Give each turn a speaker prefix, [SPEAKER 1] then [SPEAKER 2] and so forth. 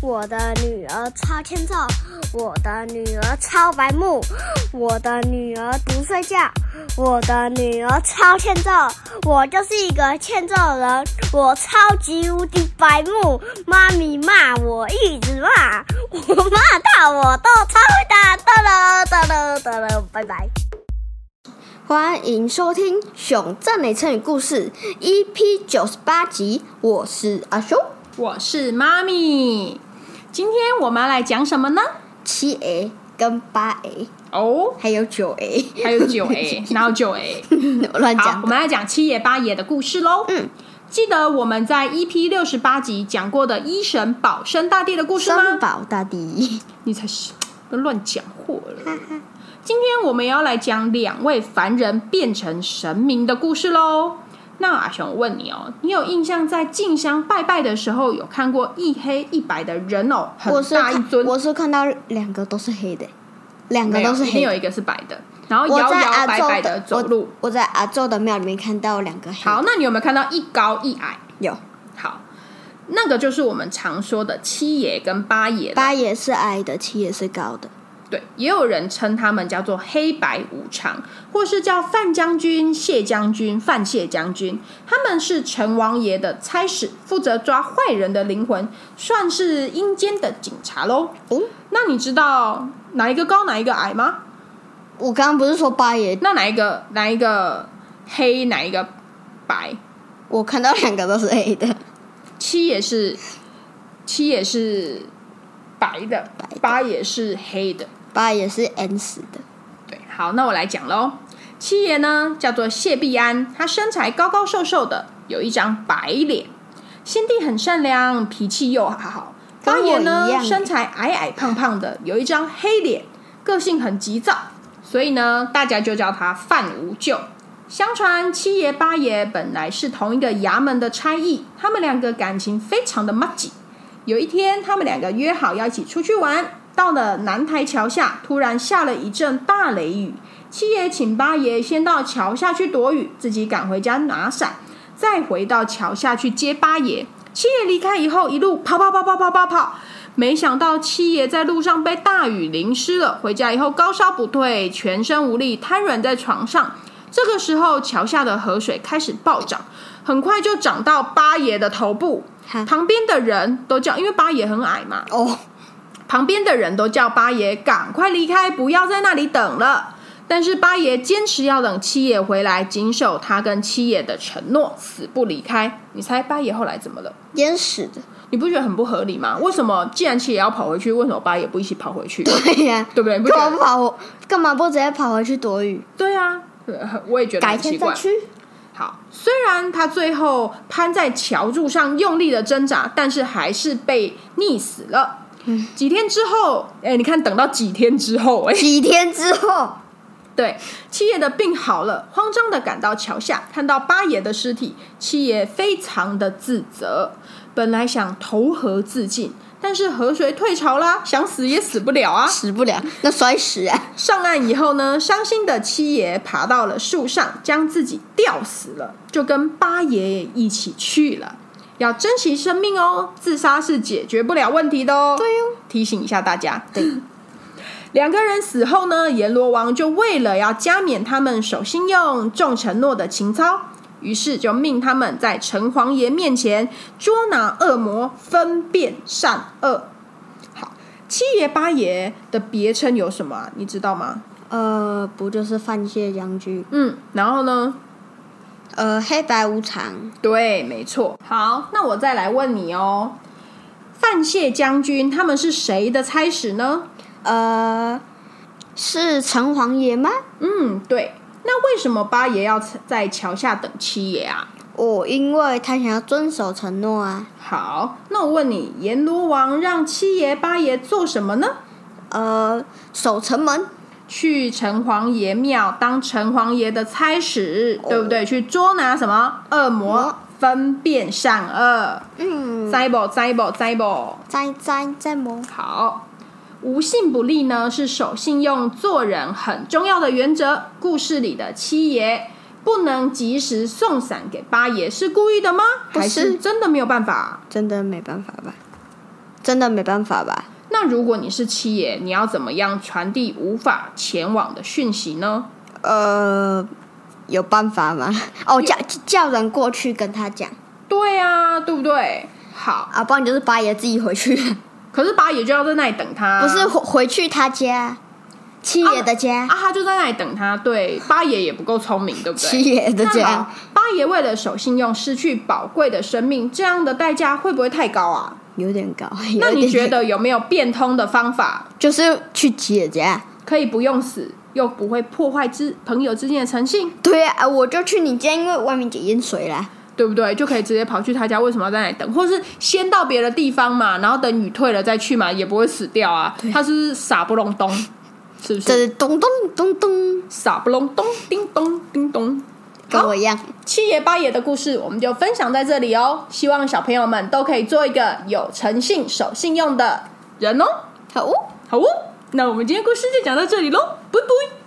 [SPEAKER 1] 我的女儿超欠揍，我的女儿超白目，我的女儿不睡觉，我的女儿超欠揍，我就是一个欠揍人，我超级无敌白目，妈咪骂我一直骂，我骂到我都超会打，哒了哒了哒了，拜拜。
[SPEAKER 2] 欢迎收听《熊赞美成语故事》EP 九十八集，我是阿熊。
[SPEAKER 3] 我是妈咪。今天我们要来讲什么呢？
[SPEAKER 2] 七 A 跟八 A
[SPEAKER 3] 哦，
[SPEAKER 2] 还有九 A，
[SPEAKER 3] 还有九 A，哪有九 A？
[SPEAKER 2] 我乱
[SPEAKER 3] 好，
[SPEAKER 2] 讲
[SPEAKER 3] 我
[SPEAKER 2] 的。
[SPEAKER 3] 们来讲七爷八爷的故事喽。
[SPEAKER 2] 嗯，
[SPEAKER 3] 记得我们在 EP 六十八集讲过的医神保生大帝的故事
[SPEAKER 2] 三
[SPEAKER 3] 吗？
[SPEAKER 2] 宝大帝，
[SPEAKER 3] 你才是都乱讲货了。今天我们要来讲两位凡人变成神明的故事喽。那阿雄我问你哦，你有印象在进香拜拜的时候有看过一黑一白的人偶，很
[SPEAKER 2] 我是
[SPEAKER 3] 大一
[SPEAKER 2] 看
[SPEAKER 3] 尊？
[SPEAKER 2] 我是看到两个都是黑的，两个
[SPEAKER 3] 没有，
[SPEAKER 2] 都是
[SPEAKER 3] 一定
[SPEAKER 2] 黑
[SPEAKER 3] 有
[SPEAKER 2] 的。
[SPEAKER 3] 一个是白的，然后
[SPEAKER 2] 我
[SPEAKER 3] 摇
[SPEAKER 2] 在
[SPEAKER 3] 摇
[SPEAKER 2] 阿
[SPEAKER 3] 摆
[SPEAKER 2] 宙
[SPEAKER 3] 摆的走路。
[SPEAKER 2] 我，我在阿宙的庙里面看到两个黑的。
[SPEAKER 3] 好，那你有没有看到一高一矮？
[SPEAKER 2] 有
[SPEAKER 3] 好，那个就是我们常说的七爷跟八爷了。
[SPEAKER 2] 八也是矮的，七也是高的。
[SPEAKER 3] 对，也有人称他们叫做黑白无常，或是叫范将军、谢将军、范谢将军。他们是成王爷的差使，负责抓坏人的灵魂，算是阴间的警察喽。
[SPEAKER 2] 哦，
[SPEAKER 3] 那你知道哪一个高哪一个矮吗？
[SPEAKER 2] 我刚刚不是说八也，
[SPEAKER 3] 那哪一个哪一个黑哪一个白？
[SPEAKER 2] 我看到两个都是黑的。
[SPEAKER 3] 七也是七也是白的，八也是黑的。
[SPEAKER 2] 八也是 N 死的，
[SPEAKER 3] 对，好，那我来讲喽。七爷呢叫做谢必安，他身材高高瘦瘦的，有一张白脸，心地很善良，脾气又好。
[SPEAKER 2] 跟
[SPEAKER 3] 八
[SPEAKER 2] 我
[SPEAKER 3] 爷呢
[SPEAKER 2] 一样欸
[SPEAKER 3] 身材矮矮胖胖的，有一张黑脸，个性很急躁，所以呢大家就叫他范无咎。相传七爷八爷本来是同一个衙门的差役，他们两个感情非常的 m a 有一天，他们两个约好要一起出去玩，到了南台桥下，突然下了一阵大雷雨。七爷请八爷先到桥下去躲雨，自己赶回家拿伞，再回到桥下去接八爷。七爷离开以后，一路跑跑跑跑跑跑跑，没想到七爷在路上被大雨淋湿了，回家以后高烧不退，全身无力，瘫软在床上。这个时候，桥下的河水开始暴涨，很快就涨到八爷的头部。
[SPEAKER 2] 哈
[SPEAKER 3] 旁边的人都叫，因为八爷很矮嘛，
[SPEAKER 2] 哦，
[SPEAKER 3] 旁边的人都叫八爷赶快离开，不要在那里等了。但是八爷坚持要等七爷回来，谨守他跟七爷的承诺，死不离开。你猜八爷后来怎么了？
[SPEAKER 2] 淹死的。
[SPEAKER 3] 你不觉得很不合理吗？为什么既然七爷要跑回去，为什么八爷不一起跑回去？
[SPEAKER 2] 对呀、
[SPEAKER 3] 对不对？你不觉
[SPEAKER 2] 干嘛
[SPEAKER 3] 得？
[SPEAKER 2] 跑？干嘛不直接跑回去躲雨？
[SPEAKER 3] 对啊，呃我也觉得
[SPEAKER 2] 改
[SPEAKER 3] 很奇
[SPEAKER 2] 天
[SPEAKER 3] 怪
[SPEAKER 2] 再。去。
[SPEAKER 3] 好，虽然他最后攀在桥柱上用力的挣扎，但是还是被溺死了。几天之后，哎、你看，等到几天之后，哎、
[SPEAKER 2] 几天之后，
[SPEAKER 3] 对，七爷的病好了，慌张的赶到桥下，看到八爷的尸体，七爷非常的自责，本来想投河自尽，但是河水退潮啦，想死也死不了啊。
[SPEAKER 2] 死不了，那摔死啊！
[SPEAKER 3] 上岸以后呢，伤心的七爷爬到了树上，将自己吊死了，就跟八爷也一起去了。要珍惜生命哦，自杀是解决不了问题的哦。对哦，提醒一下大家。
[SPEAKER 2] 对，
[SPEAKER 3] 两个人死后呢，阎罗王就为了要加冕他们守信用、重承诺的情操，于是就命他们在城隍爷面前捉拿恶魔，分辨善恶。好，七爷八爷的别称有什么、啊？你知道吗？
[SPEAKER 2] 呃，不就是范谢将军？
[SPEAKER 3] 嗯，然后呢？
[SPEAKER 2] 呃，黑白无常，
[SPEAKER 3] 对，没错。好，那我再来问你哦，范谢将军他们是谁的差使呢？
[SPEAKER 2] 呃，是城隍爷吗？
[SPEAKER 3] 嗯，对。那为什么八爷要在桥下等七爷啊？
[SPEAKER 2] 哦，因为他想要遵守承诺啊。
[SPEAKER 3] 好，那我问你，阎罗王让七爷八爷做什么呢？
[SPEAKER 2] 呃，守城门，
[SPEAKER 3] 去城隍爷庙当城隍爷的差使，对不对？去捉拿什么哦恶魔
[SPEAKER 2] 魔，
[SPEAKER 3] 分辨善恶。
[SPEAKER 2] 嗯，
[SPEAKER 3] 灾不灾不灾不。
[SPEAKER 2] 摘摘摘魔，
[SPEAKER 3] 好，无信不立呢，是守信用、做人很重要的原则。故事里的七爷不能及时送伞给八爷，是故意的吗？
[SPEAKER 2] 不是
[SPEAKER 3] 还是真的没有办法？
[SPEAKER 2] 真的没办法吧？真的没办法吧？
[SPEAKER 3] 那如果你是七爷，你要怎么样传递无法前往的讯息呢？
[SPEAKER 2] 呃，有办法吗？哦，叫叫人过去跟他讲
[SPEAKER 3] 对啊，对不对？好，
[SPEAKER 2] 啊，不然就是八爷自己回去，
[SPEAKER 3] 可是八爷就要在那里等他，
[SPEAKER 2] 不是回回去他家，七爷的家，
[SPEAKER 3] 啊，他就在那里等他。对，八爷也不够聪明，对不对？
[SPEAKER 2] 七爷的
[SPEAKER 3] 那好
[SPEAKER 2] 家，，
[SPEAKER 3] 八爷为了守信用失去宝贵的生命，这样的代价会不会太高啊？
[SPEAKER 2] 有点高。
[SPEAKER 3] 那
[SPEAKER 2] 有
[SPEAKER 3] 你
[SPEAKER 2] 点
[SPEAKER 3] 觉得有没有变通的方法，
[SPEAKER 2] 就是去七爷家？
[SPEAKER 3] 可以不用死，又不会破坏之朋友之间的诚信，
[SPEAKER 2] 对啊，我就去你家，因为外面解烟水啦。
[SPEAKER 3] 对不对？就可以直接跑去他家，为什么要在那里等？或是先到别的地方嘛，然后等雨退了再去嘛，也不会死掉啊。他是不是傻不隆咚，是不
[SPEAKER 2] 这
[SPEAKER 3] 是？
[SPEAKER 2] 是咚咚咚咚，
[SPEAKER 3] 傻不隆咚，叮咚叮咚。
[SPEAKER 2] 跟我一样。
[SPEAKER 3] 七爷八爷的故事，我们就分享在这里哦。希望小朋友们都可以做一个有诚信、守信用的人哦。
[SPEAKER 2] 好哦。
[SPEAKER 3] 好哦，那我们今天故事就讲到这里喽，拜拜。